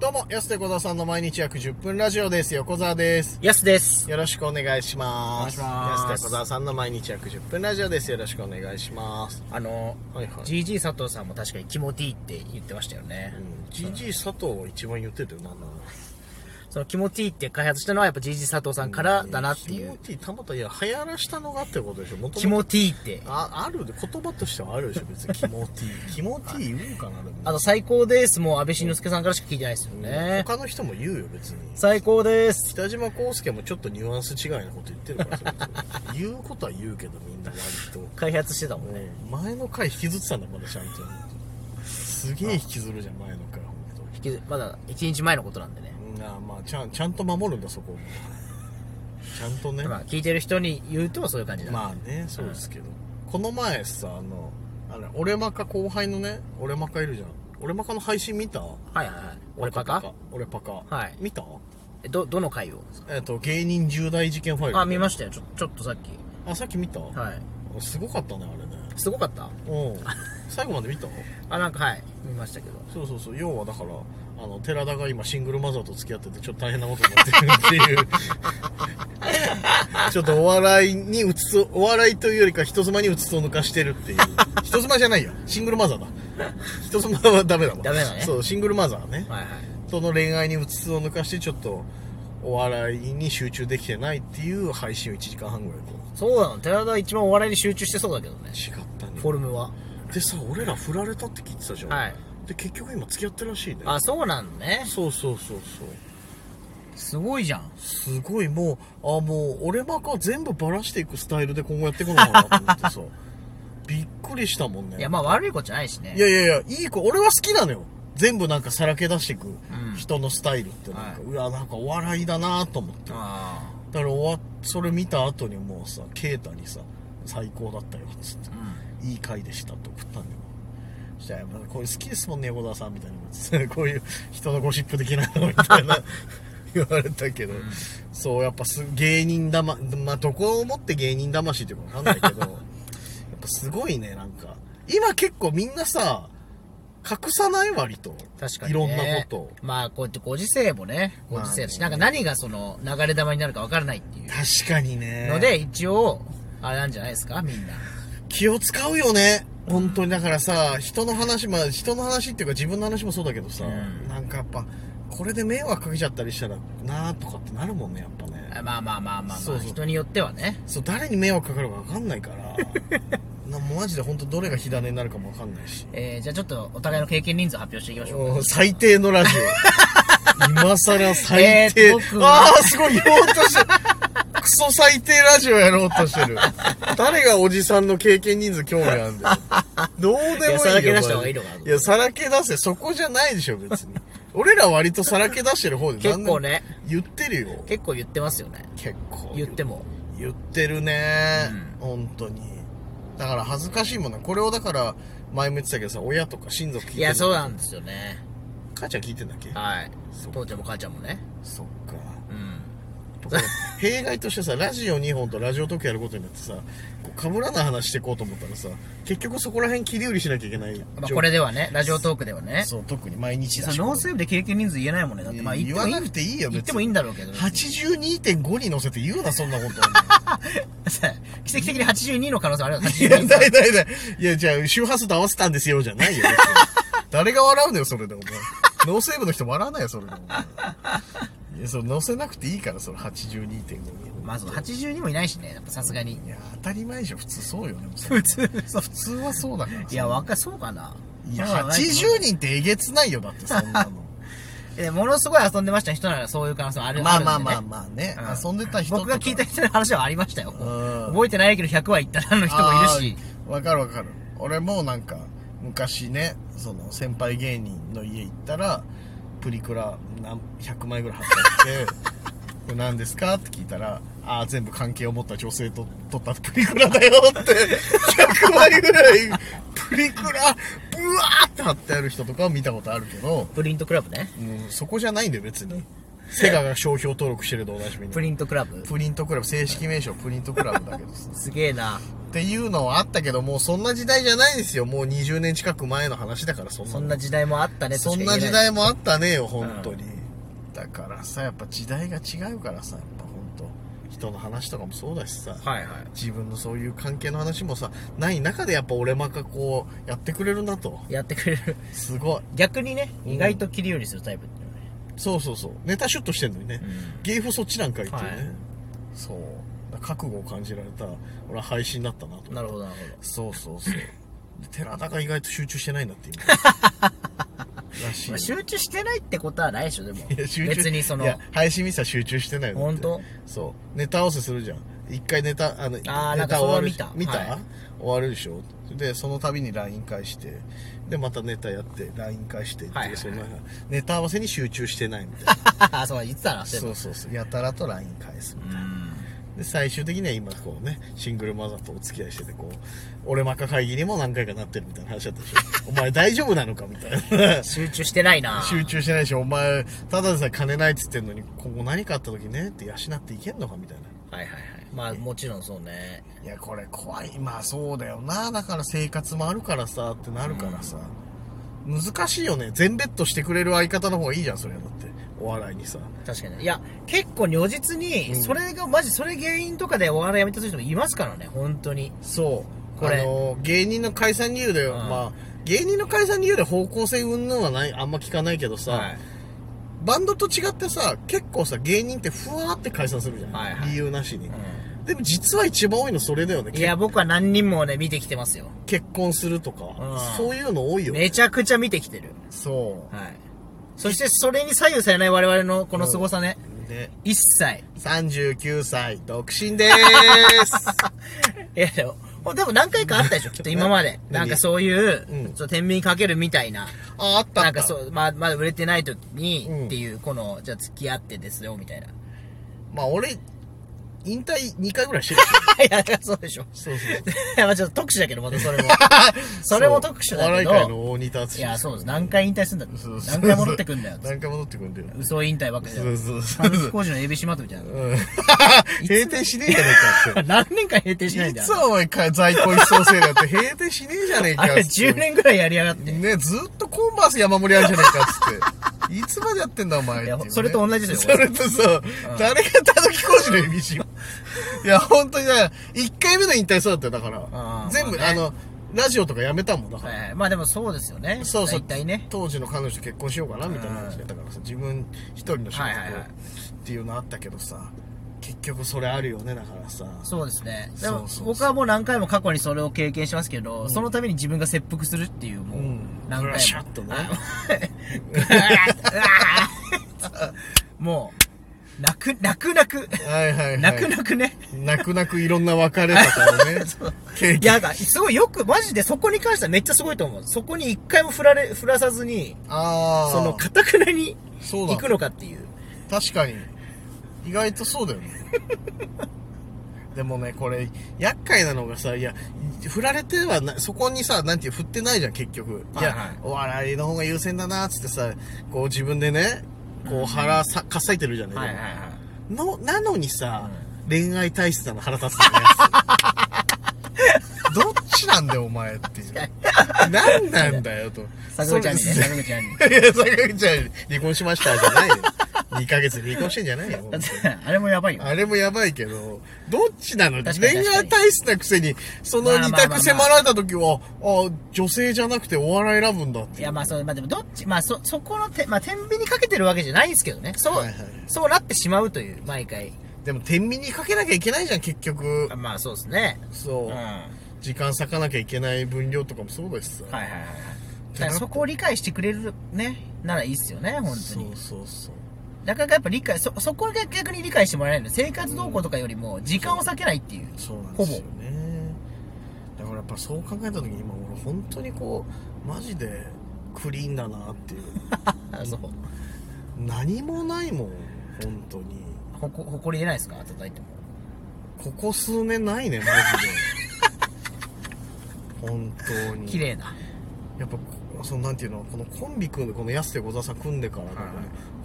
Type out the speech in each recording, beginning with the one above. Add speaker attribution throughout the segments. Speaker 1: どうも、安手小沢さんの毎日約10分ラジオです。横澤です。
Speaker 2: やすです。
Speaker 1: よろしくお願いします。
Speaker 2: お願いします
Speaker 1: 安手小沢さんの毎日約10分ラジオです。よろしくお願いします。
Speaker 2: あの、
Speaker 1: はいはい
Speaker 2: GG 佐藤さんも確かに気持ちいいって言ってましたよね
Speaker 1: う。ん、GG 佐藤は一番言ってたよな、なん
Speaker 2: その気持ちいいって開発したのはやっぱ GG 佐藤さんからだなっていう。
Speaker 1: 気持ちいい、たまたま、いや、流行らしたのがってことでしょ、もと
Speaker 2: 気持ちいいって。
Speaker 1: あ、あるで、言葉としてはあるでしょ、別に。気持ちい い。気持ちいい言うんかな、でも。
Speaker 2: あと最高です。もう安倍晋之助さんからしか聞いてないですよね。
Speaker 1: 他の人も言うよ、別に。
Speaker 2: 最高です。
Speaker 1: 北島康介もちょっとニュアンス違いなこと言ってるからそれこそ言うことは言うけどみんな割と
Speaker 2: 開発してたもんね。
Speaker 1: 前の回引きずってたんだまだちゃんとすげえ引きずるじゃん前の回本
Speaker 2: 引きずまだ1日前のことなんでね。
Speaker 1: 当にああまあちゃんちゃんと守るんだそこをちゃんとね
Speaker 2: まあ聞いてる人に言うとそういう感じだ。
Speaker 1: まあねそうですけど、この前さあのあれ俺マカ後輩のね俺マカいるじゃん俺マカの配信見た
Speaker 2: はいはいはい。俺パカ
Speaker 1: 俺パカ、
Speaker 2: はい
Speaker 1: 見た
Speaker 2: えど、どの回を
Speaker 1: えっ、と芸人重大事件ファイル
Speaker 2: あ、見ましたよ。ちょ、ちょっとさっき。
Speaker 1: あさっき見た、
Speaker 2: はい。
Speaker 1: すごかったねあれね
Speaker 2: すごかった
Speaker 1: うん最後まで見た
Speaker 2: あ、なんかはい。見ましたけど。
Speaker 1: そうそうそう要はだからあの寺田が今シングルマザーと付き合っててちょっと大変なことになってるっていう ちょっとお笑いにうつつお笑いというよりか人妻にうつつを抜かしてるっていう人妻じゃないよシングルマザーだ人妻はダメだわ
Speaker 2: ダメだね
Speaker 1: そうシングルマザーね
Speaker 2: はいはい。
Speaker 1: その恋愛にうつつを抜かしてちょっとお笑いに集中できてないっていう配信を1時間半ぐらいこう
Speaker 2: そうなの。寺田は一番お笑いに集中してそうだけどね。
Speaker 1: 違ったね
Speaker 2: フォルムは。
Speaker 1: でさ俺ら振られたって聞いてたじゃん、
Speaker 2: はい
Speaker 1: で結局今付き合ってるらしいね
Speaker 2: あ、そうなのね。
Speaker 1: そうそうそうそう
Speaker 2: すごいじゃん。
Speaker 1: すごいもうあもう俺ばっか全部バラしていくスタイルで今後やっていくのかなと思って さびっくりしたもんね
Speaker 2: いや、まあ悪いことじゃないしね。
Speaker 1: いやいやいやいい子俺は好きなのよ全部なんかさらけ出していく人のスタイルってなんか、うわなんかお笑いだなと思ってだか
Speaker 2: あ
Speaker 1: ら終わそれ見た後にもうさ啓太にさ「最高だったよ」っつって
Speaker 2: あ。うん。
Speaker 1: 「いい回でした」って送ったんだよそしたらやっぱこういう好きですもんね横田さんみたい なこういう人のゴシップ的なのみたいな言われたけど、そうやっぱす芸人だままあどこをもって芸人魂っていうかわかんないけどやっぱすごいねなんか今結構みんなさ隠さない割と
Speaker 2: 確かに、
Speaker 1: い
Speaker 2: ね。
Speaker 1: ろんなことを
Speaker 2: まあ、こうやってご時世もね、ご時世だし、
Speaker 1: まあ
Speaker 2: なんか何がその流れ玉になるかわからないっていう
Speaker 1: 確かにね
Speaker 2: ので、一応、あれなんじゃないですか、みんな。
Speaker 1: 気を使うよね本当にだからさ人の話まあ人の話っていうか自分の話もそうだけどさ、
Speaker 2: うん
Speaker 1: なんかやっぱこれで迷惑かけちゃったりしたらなあとかってなるもんねやっぱね
Speaker 2: あまあまあまあまあ
Speaker 1: そ
Speaker 2: ま
Speaker 1: う
Speaker 2: あ、
Speaker 1: そう
Speaker 2: 人によってはね。
Speaker 1: そう誰に迷惑かかるか分かんないから なもうマジで本当どれが火種になるかも分かんないし
Speaker 2: えー、じゃあちょっとお互いの経験人数発表していきましょうか。
Speaker 1: 最低のラジオ今さら最低、
Speaker 2: えー僕は
Speaker 1: ああすごい言おうとしてるクソ最低ラジオやろうとしてる誰がおじさんの経験人数興味あるんだよどうでもいいよ
Speaker 2: いやさらけ出した方がいいのかな
Speaker 1: これいやさらけ出せそこじゃないでしょ 別に俺ら割とさらけ出してる方で
Speaker 2: 結構ね
Speaker 1: 何でも言ってるよ
Speaker 2: 結構言ってますよね。
Speaker 1: 結構
Speaker 2: 言っても。
Speaker 1: 言ってるね、
Speaker 2: うん
Speaker 1: 本当にだから恥ずかしいもんねこれをだから前も言ってたけどさ親とか親族聞いてる
Speaker 2: いや、そうなんですよね。
Speaker 1: 母ちゃん聞いてんだっけ
Speaker 2: はい
Speaker 1: そう。
Speaker 2: 父ちゃんも母ちゃんもね。
Speaker 1: そっか
Speaker 2: うん。
Speaker 1: 弊害としてさラジオ2本とラジオトークやることになってさかぶらない話していこうと思ったらさ結局そこら辺切り売りしなきゃいけない、
Speaker 2: まあ、これではね、ラジオトークではね。
Speaker 1: そう特に毎日だし
Speaker 2: ノーセーブで経験人数言えないもんね。だって、まあ、
Speaker 1: 言
Speaker 2: 言
Speaker 1: わ
Speaker 2: って
Speaker 1: な
Speaker 2: もい
Speaker 1: く
Speaker 2: い。
Speaker 1: ていいよ
Speaker 2: 言ってもいいんだろうけど。
Speaker 1: 82.5に乗せて言うなそんなこと
Speaker 2: さ 奇跡的に82の可能性あるよ。
Speaker 1: いやないないないいやじゃあ周波数と合わせたんですよじゃないよ別 に誰が笑うのよそれでお前ノーセーブの人笑わないよそれでお前いやそれ乗せなくていいからその82.5に
Speaker 2: まず、82もいないしね。やっぱさすがに。
Speaker 1: いや当たり前でしょ普通そうよねもうそれ
Speaker 2: 普通、そう。
Speaker 1: 普通はそうだからさ
Speaker 2: いや、わか、そうかな。
Speaker 1: いや、
Speaker 2: まあ
Speaker 1: 80人ってえげつないよ、だって、そんなの。
Speaker 2: えものすごい遊んでました人ならそういう可能 性もある。
Speaker 1: まあまあ
Speaker 2: るんで
Speaker 1: ま
Speaker 2: ね
Speaker 1: あまあね
Speaker 2: う。
Speaker 1: 遊んでた人とか
Speaker 2: 僕が聞いた人の話はありましたよ。
Speaker 1: うん
Speaker 2: 覚えてないけど100はいったなの人もいるし。
Speaker 1: あーわかるわかる。俺もなんか、昔ね、その先輩芸人の家行ったら、プリクラ何100枚ぐらい貼ってあ って、これ何ですかって聞いたら、ああ、全部関係を持った女性と撮ったプリクラだよって、100枚ぐらい、プリクラ、ブワーって貼ってある人とかは見たことあるけど、
Speaker 2: プリントクラブね。
Speaker 1: もうそこじゃないんだよ別にセガが商標登録してるでおなじみの
Speaker 2: プリントクラブ
Speaker 1: プリントクラブ正式名称プリントクラブだけどさ
Speaker 2: すげえな
Speaker 1: っていうのはあったけどもうそんな時代じゃないですよもう20年近く前の話だからそんな
Speaker 2: そんな時代もあったねとし
Speaker 1: そ
Speaker 2: か
Speaker 1: ん
Speaker 2: 言えい
Speaker 1: な時代もあったねよ本当に、だからさやっぱ時代が違うからさやっぱ本当人の話とかもそうだしさ、
Speaker 2: はいはい
Speaker 1: 自分のそういう関係の話もさない中でやっぱ俺まかこうやってくれるなと
Speaker 2: やってくれる
Speaker 1: すごい
Speaker 2: 逆にね
Speaker 1: うん
Speaker 2: 意外と切り売りするタイプっていうのはね
Speaker 1: そうそうそうネタシュッとしてんのにね、
Speaker 2: うん
Speaker 1: 芸風そっちなんかいっていうね、
Speaker 2: はい
Speaker 1: そうだから覚悟を感じられた俺は配信だったなと
Speaker 2: なるほどなる
Speaker 1: そうそうそうで寺田が意外と集中してないんだ って今らしい
Speaker 2: ほ
Speaker 1: よ
Speaker 2: ど集中してないってことはないでしょでも
Speaker 1: いや集中
Speaker 2: 別にその
Speaker 1: いや配信ミスは集中してないよだって
Speaker 2: 本
Speaker 1: そうネタ合わせするじゃん一回ネタあの
Speaker 2: あー
Speaker 1: ネ
Speaker 2: なんか
Speaker 1: タ
Speaker 2: それは
Speaker 1: 終わる
Speaker 2: 見た
Speaker 1: 見た、
Speaker 2: はい
Speaker 1: 終わるでしょでその度に LINE 返してでまたネタやって LINE 返してっていう、
Speaker 2: はいはい
Speaker 1: そんなネタ合わせに集中してないみ たいな
Speaker 2: そう言ってたな
Speaker 1: そうそうそうやたらと LINE 返すみたいなで最終的には今こうねシングルマザーとお付き合いしててこう俺マカ会議にも何回かなってるみたいな話だったでし ょお前大丈夫なのかみたいな
Speaker 2: 集中してないな
Speaker 1: 集中してないし、お前、ただでさえ金ないっつってんのに、今後何かあった時ね、って養っていけんのかみたいな。
Speaker 2: はいはいはいまあもちろんそうね
Speaker 1: いや、これ怖い。まあそうだよな。だから生活もあるからさ、ってなるからさ。難しいよね。全ベッドしてくれる相方の方がいいじゃん、それはだって。お笑いにさ。
Speaker 2: 確かにいや結構如実に
Speaker 1: うん
Speaker 2: それが、マジそれ原因とかでお笑いやめた人もいますからね本当に
Speaker 1: そう。
Speaker 2: これ
Speaker 1: あの、芸人の解散理由で、
Speaker 2: うん
Speaker 1: まあ、芸人の解散理由で方向性云々はない、あんま聞かないけどさ、
Speaker 2: はい
Speaker 1: バンドと違ってさ、結構さ、芸人ってふわーって解散するじゃん。
Speaker 2: はいはい
Speaker 1: 理由なしに。
Speaker 2: う
Speaker 1: でも実は一番多いのそれだよね。
Speaker 2: んいや僕は何人もね見てきてますよ
Speaker 1: 結婚するとか、
Speaker 2: うん
Speaker 1: そういうの多いよ
Speaker 2: めちゃくちゃ見てきてる
Speaker 1: そ
Speaker 2: はいそしてそれに左右されない我々のこの凄さね
Speaker 1: うで
Speaker 2: 一切
Speaker 1: 39歳独身で ーす
Speaker 2: いやでもほでも何回かあったでしょきっと 今まで
Speaker 1: 何
Speaker 2: なんかそういう、
Speaker 1: うん
Speaker 2: そう天秤かけるみたいな
Speaker 1: ああったあった
Speaker 2: なんかそう、まあ、まだ売れてない時に、
Speaker 1: うん
Speaker 2: っていう、この、じゃあ付き合ってですよ、みたいな。
Speaker 1: まあ俺引退2回ぐらいしてるし
Speaker 2: いや、 そうでしょ。
Speaker 1: そうそう
Speaker 2: いやまあちょっと特殊だけど、またそ れも。それも特殊だけ
Speaker 1: お笑い界
Speaker 2: ど。
Speaker 1: の大仁田
Speaker 2: い
Speaker 1: 敦
Speaker 2: や、そうです。何回引退すんだって
Speaker 1: そう。そう
Speaker 2: 何回戻ってくんだよ。
Speaker 1: 何回戻ってくんだよ
Speaker 2: 嘘引退ばっかりだ
Speaker 1: そう
Speaker 2: よ。
Speaker 1: そうそう
Speaker 2: 三陸工事のエビシマトみ たい
Speaker 1: うん閉店しねえじゃねえか
Speaker 2: な。何年間閉店し
Speaker 1: っ
Speaker 2: な
Speaker 1: て
Speaker 2: い
Speaker 1: い
Speaker 2: んだ
Speaker 1: つ
Speaker 2: よ。
Speaker 1: はお前か在庫一掃制だって閉店しねえじゃねえ
Speaker 2: あ
Speaker 1: か
Speaker 2: れ
Speaker 1: っつって
Speaker 2: 10年ぐらいやりやがって。
Speaker 1: ねずっとコンバース山盛りあるじゃねえかっつっていつまでやってんだお前っていうね、
Speaker 2: いやそれと同じですよ
Speaker 1: それとさ、誰がたぬき工事の意味しよういや本当にだ1回目の引退そうだったよだから
Speaker 2: あー
Speaker 1: 全部、
Speaker 2: まあ
Speaker 1: あ
Speaker 2: ね
Speaker 1: のラジオとかやめたもんだから、
Speaker 2: はいまあでもそうですよね。
Speaker 1: そうそう
Speaker 2: 大体ね。
Speaker 1: 当時の彼女と結婚しようかなみたいな話だったからさ自分一人の仕事
Speaker 2: はいはいは
Speaker 1: っ
Speaker 2: い
Speaker 1: ていうのあったけどさ結局それあるよねだからさ
Speaker 2: そうですね。で
Speaker 1: そ
Speaker 2: も
Speaker 1: うそうそう
Speaker 2: 僕はもう何回も過去にそれを経験してますけど、そのために自分が切腹するっていう、もう
Speaker 1: うん、
Speaker 2: 何回も。
Speaker 1: シャッとね
Speaker 2: あもう、泣く、泣く泣く。
Speaker 1: はいはいはい
Speaker 2: 泣く泣くね。
Speaker 1: 泣く泣くいろんな別れとかを ね経
Speaker 2: いや、
Speaker 1: 験
Speaker 2: なんかすごいよく、マジでそこに関してはめっちゃすごいと思う。そこに一回も振られ、振らさずに、
Speaker 1: ああ
Speaker 2: その、かたくなに
Speaker 1: そうだ
Speaker 2: 行くのかっていう。
Speaker 1: 確かに意外とそうだよね でもねこれ厄介なのがさいや振られてはなそこにさなんていう振ってないじゃん結局、い
Speaker 2: はいはい
Speaker 1: やお笑いの方が優先だなっつってさこう自分でねこう腹さ、かっさいてるじゃない、のなのにさ、恋愛体質なの腹立つのね どっちなんだよお前っていう何なんだ よと
Speaker 2: 坂口ちゃんにね、
Speaker 1: それ
Speaker 2: 坂口ちゃん
Speaker 1: い
Speaker 2: に。
Speaker 1: や、坂口ちゃん、離婚しましたじゃ ないよ。2ヶ月で離婚してんじゃないよ。
Speaker 2: だってあれもやばいよ。
Speaker 1: あれもやばいけど、どっちなの
Speaker 2: 確かに
Speaker 1: 恋愛体質なくせに、その二択迫られた時は、あ、女性じゃなくてお笑い選ぶんだって。
Speaker 2: いや、まあ、そう、まあでもどっち、まあそ、そこのて、まあ、天秤にかけてるわけじゃないんですけどね。そう、
Speaker 1: はいはい
Speaker 2: そうなってしまうという、毎回。
Speaker 1: でも、天秤にかけなきゃいけないじゃん、結局
Speaker 2: あ。まあ、そうですね。
Speaker 1: そうう。
Speaker 2: ん。はい
Speaker 1: 時間割かなきゃいけない分量とかもそうだしさ。
Speaker 2: はいはい。だからそこを理解してくれるね、ならいいっすよね、本当
Speaker 1: そ
Speaker 2: に
Speaker 1: う。そうそう。
Speaker 2: なかなかやっぱ理解、そ、そこが逆に理解してもらえないの。生活動向とかよりも、時間を避けないっていう。
Speaker 1: そうなんですよね。だからやっぱそう考えた時に、今俺本当にこう、マジでクリーンだなっていう。
Speaker 2: あそう。
Speaker 1: 何もないもん本当に
Speaker 2: ほこ、誇り出ないですか叩いても。
Speaker 1: ここ数年ないねマジで本当に
Speaker 2: 綺麗な。
Speaker 1: やっぱそのなんていうのこのコンビ組んでこの安手小沢さん組んでからの、
Speaker 2: はいはい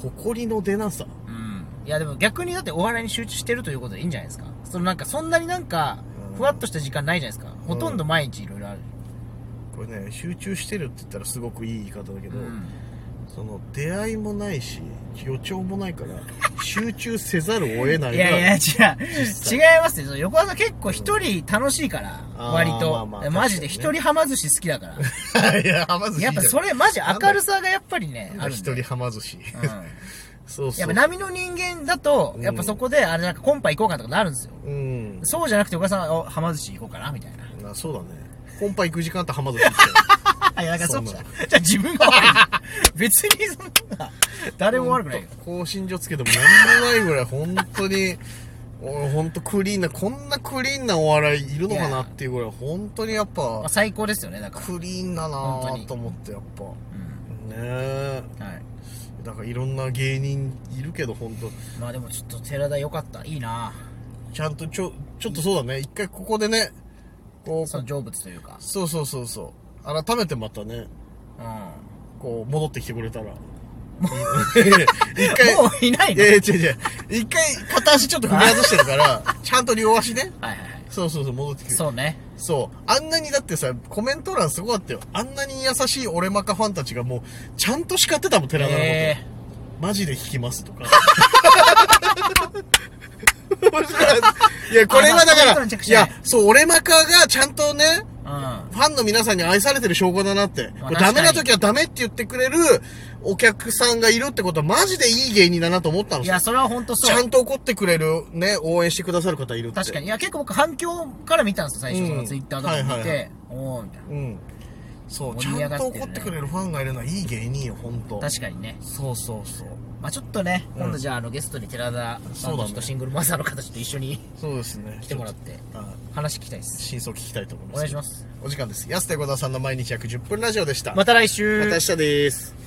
Speaker 1: 誇りの出なさ
Speaker 2: うんいやでも逆にだってお笑いに集中してるということでいいんじゃないですかそのなんかそんなになんか
Speaker 1: うん
Speaker 2: ふわっとした時間ないじゃないですか、ほとんど毎日いろいろある、
Speaker 1: これね集中してるって言ったらすごくいい言い方だけ
Speaker 2: う
Speaker 1: ど、
Speaker 2: ん、
Speaker 1: その出会いもないし予兆もないから集中せざるを得ない
Speaker 2: い
Speaker 1: が
Speaker 2: やいや違う違
Speaker 1: 際
Speaker 2: いますねその横浜さん結構一人楽しいから、
Speaker 1: あー
Speaker 2: 割と、
Speaker 1: まあまあ
Speaker 2: マジ
Speaker 1: 確かに
Speaker 2: で一
Speaker 1: ね
Speaker 2: 人はま寿司好きだか ら
Speaker 1: いやまず
Speaker 2: やっぱそれマジ明るさがやっぱりねあるん
Speaker 1: 一
Speaker 2: で
Speaker 1: 人はま寿司、
Speaker 2: うん、
Speaker 1: そうそう
Speaker 2: やっぱ波の人間だと、
Speaker 1: うん
Speaker 2: やっぱそこで、あれなんかコンパ行こうかとかなるんですよ。
Speaker 1: うん
Speaker 2: そうじゃなくて、お母さん、お、はま寿司行こうかな、みたい な。
Speaker 1: あそうだねコンパ行く時間あったらはま寿司行って
Speaker 2: あ、いや、だから
Speaker 1: そ
Speaker 2: そうっ
Speaker 1: な
Speaker 2: ち
Speaker 1: の
Speaker 2: だ。じゃあ自分が悪い。別にそんな、誰も悪くな いよ。
Speaker 1: ほんと更新所つけてもなんもないぐらい本当に 俺本当クリーンなこんなクリーンなお笑いいるのかなっていうぐらい本当にやっ
Speaker 2: ま
Speaker 1: ぱ
Speaker 2: あ、最高ですよね、だから。
Speaker 1: クリーンだな
Speaker 2: 本当
Speaker 1: ぁ
Speaker 2: に
Speaker 1: と思ってやっぱね
Speaker 2: うん。
Speaker 1: え
Speaker 2: はい。
Speaker 1: だからいろんな芸人いるけど本当
Speaker 2: まあでもちょっと寺田良かった。いいな
Speaker 1: ちゃんとちょちょっとそうだね一回ここでねこう
Speaker 2: その成仏というか。
Speaker 1: そうそうそうそう改めてまたね
Speaker 2: うん。
Speaker 1: こう戻ってきてくれたら
Speaker 2: も
Speaker 1: 一回
Speaker 2: う、もういない
Speaker 1: い
Speaker 2: の
Speaker 1: やいや違う違う一回片足ちょっと踏み外してるから ちゃんと両足ね
Speaker 2: はいはいはい。
Speaker 1: そうそうそう戻ってきてそう
Speaker 2: そうね。
Speaker 1: あんなにだってさコメント欄すごかったよあんなに優しい俺マカファンたちがもうちゃんと叱ってたもん寺田のこと、
Speaker 2: え
Speaker 1: マジで引きますとか面白いいやこれはだか
Speaker 2: あコメ
Speaker 1: ら
Speaker 2: ント欄チェック
Speaker 1: い
Speaker 2: しない
Speaker 1: やそう俺マカがちゃんとね
Speaker 2: えうん。
Speaker 1: ファンの皆さんに愛されてる証拠だなって。
Speaker 2: まあ
Speaker 1: これダメな
Speaker 2: 確かに
Speaker 1: 時はダメって言ってくれるお客さんがいるってことはマジでいい芸人だなと思ったの
Speaker 2: いや、それは本当
Speaker 1: ちゃ。
Speaker 2: そうん
Speaker 1: と怒ってくれる、ね、応援してくださる方いるって。
Speaker 2: 確かに。いや、結構僕反響から見たんですよ、最初。
Speaker 1: うん
Speaker 2: そのツイッターとかで見
Speaker 1: はいはいは
Speaker 2: て。おー、みたいな。
Speaker 1: に。うん。そう、ち
Speaker 2: 盛り
Speaker 1: ゃ
Speaker 2: 上
Speaker 1: ん
Speaker 2: がっ
Speaker 1: と
Speaker 2: てるね
Speaker 1: 怒ってくれるファンがいるのはいい芸人よ、ほんと。
Speaker 2: 確かにね。
Speaker 1: そうそうそう。
Speaker 2: まあちょっとね、
Speaker 1: うん
Speaker 2: 今度じゃあ、あの、ゲストに寺田さ
Speaker 1: そうんだね
Speaker 2: とちょっとシングルマザーの方ちょっと一緒に
Speaker 1: そうですね。
Speaker 2: 来てもらって、
Speaker 1: ちょっと。あ
Speaker 2: 話聞きたいです。
Speaker 1: 真相聞きたいと思います。
Speaker 2: お願いします。
Speaker 1: お時間です。安手小沢さんの毎日約10分ラジオでした。
Speaker 2: また来週
Speaker 1: また明日です。